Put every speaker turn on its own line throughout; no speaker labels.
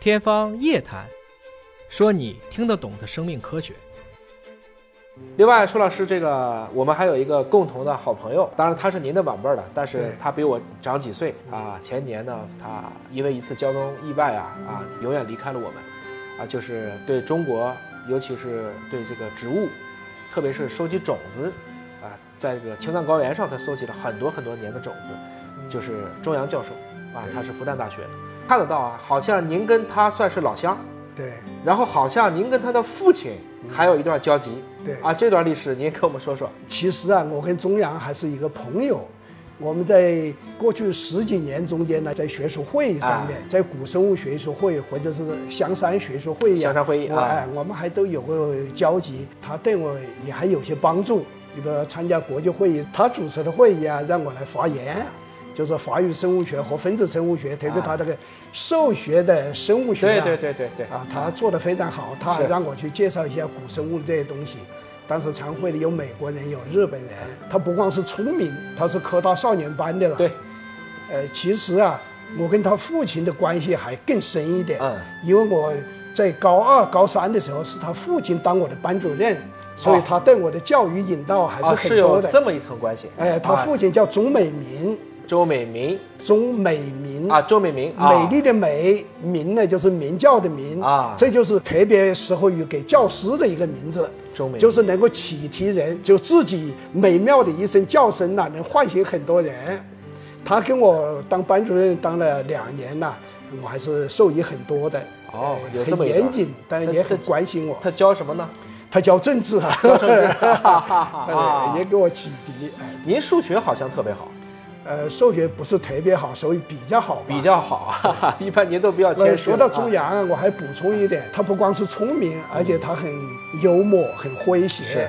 天方夜谭，说你听得懂的生命科学。
另外，舒老师，这个我们还有一个共同的好朋友，当然他是您的晚辈儿了，但是他比我长几岁啊。前年呢，他因为一次交通意外啊啊，永远离开了我们，啊，就是对中国，尤其是对这个植物，特别是收集种子啊，在这个青藏高原上，他搜集了很多很多年的种子，
嗯
就是钟洋教授啊，他是复旦大学的，看得到啊，好像您跟他算是老乡，
对
然后好像您跟他的父亲还有一段交集。
对，
啊，这段历史您给我们说说。
其实啊，我跟钟阳还是一个朋友。我们在过去十几年中间呢，在学术会议上
啊
面，在古生物学术会或者是香山学术会议、
香山会议
我
啊
哎，我们还都有过交集，他对我也还有些帮助。你比如参加国际会议，他主持的会议啊，让我来发言，就是发育生物学和分子生物学，特别他这个兽学的生物学、
啊对
啊，
对对对对
啊，他做得非常好，他还
是
让我去介绍一下古生物这些东西。当时常会里有美国人，有日本人，他不光是聪明，他是科大少年班的了。
嗯对，
呃，其实啊，我跟他父亲的关系还更深一点，
嗯
因为我在高二、高三的时候是他父亲当我的班主任，所以
哦
他对我的教育引导还是
啊，是
很多
有
的。
这么一层关系。
哎，他
啊
父亲叫钟美民，
周美民
钟美民
啊，周美民啊，
嗯美丽的美，民呢就是民教的民
啊
这就是特别适合于给教师的一个名字，
周美民
就是能够启迪人，就自己美妙的一声叫声呐、能唤醒很多人。他跟我当班主任当了两年呐、我还是受益很多的。
哦
呃
有这么
很
一段
严谨，但也很关心我。
他教什么呢？
他教政治啊，
教政 治啊
呃也给我启迪。哎
您数学好像特别好，
呃，数学不是特别好，所以比较好吧。
比较好啊，一般您都比较
那
谦虚。
说到
啊
钟阳啊，我还补充一点，他不光是聪明，而且他很幽默，很诙
是
谐。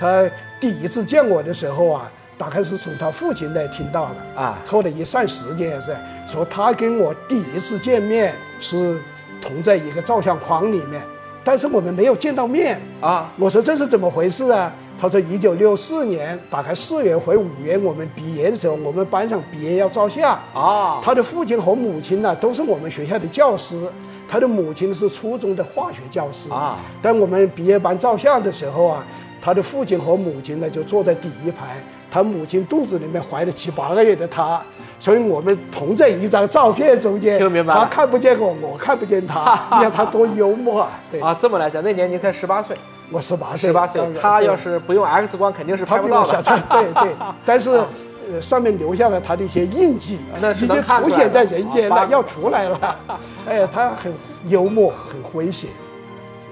他第一次见我的时候啊，大概是从他父亲那听到了
啊
后来一算时间也是，说他跟我第一次见面是同在一个照相框里面，但是我们没有见到面。
啊，
我说这是怎么回事啊？他说，一九六四年，大概四月回五月，我们毕业的时候，我们班上毕业要照相
啊
他的父亲和母亲呢、都是我们学校的教师，他的母亲是初中的化学教师
啊。
但我们毕业班照相的时候啊，他的父亲和母亲呢就坐在第一排，他母亲肚子里面怀了七八个月的他，所以我们同在一张照片中间，
听明白了
他看不见我，我看不 见他，你看他多幽默啊！对，
啊，这么来讲，那年您才十八岁，
我十八岁，
十八岁
当，然
他
对
要是不用 X 光，肯定 是
他
拍不
比
到
我小，
的。啊
对对，但是。呃，上面留下了他的一些印记，
那
已
是
经
能看出
凸
来
显在
的
人间
啊
了，要出来了。 哎，他很幽默，很诙谐。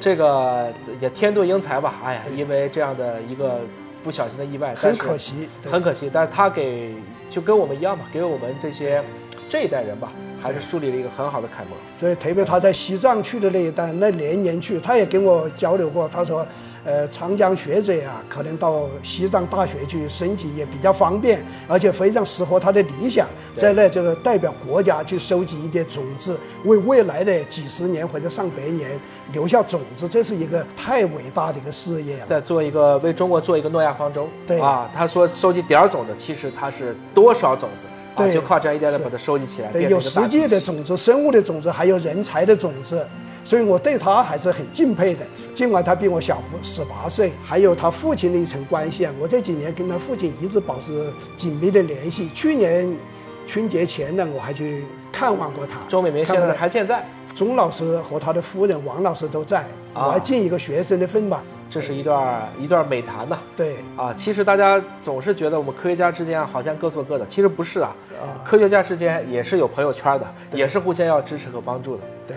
这个也天妒英才吧？哎呀，因为这样的一个不小心的意外，但
很
是
可惜，对
很可惜，但是他给就跟我们一样嘛，给我们这些这一代人吧，还是树立了一个很好的楷模。
所以特别他在西藏去的那一段，那连年去，他也跟我交流过，他说，呃，长江学者啊，可能到西藏大学去申请也比较方便，而且非常适合他的理想，在那就是代表国家去收集一些种子，为未来的几十年或者上百年留下种子，这是一个太伟大的一个事业了。啊
在做一个为中国做一个诺亚方舟，
对
啊，他说收集点儿种子，其实他是多少种子，啊，
对
就靠这样一点点
是
把它收集起来，
对，
变成
有
一个大
实际的
体系
种子、生物的种子，还有人才的种子，所以我对他还是很敬佩的。尽管他比我小十八岁，还有他父亲的一层关系啊，我这几年跟他父亲一直保持紧密的联系。去年春节前呢，我还去看望过他。
周美明现
看
在
看
还健在，
钟老师和他的夫人王老师都在，
啊
我还尽一个学生的份吧。
这是一段一段美谈呐、
对，
啊。其实大家总是觉得我们科学家之间啊好像各做各的，其实不是啊，
啊
科学家之间也是有朋友圈的，也是互相要支持和帮助的。
对。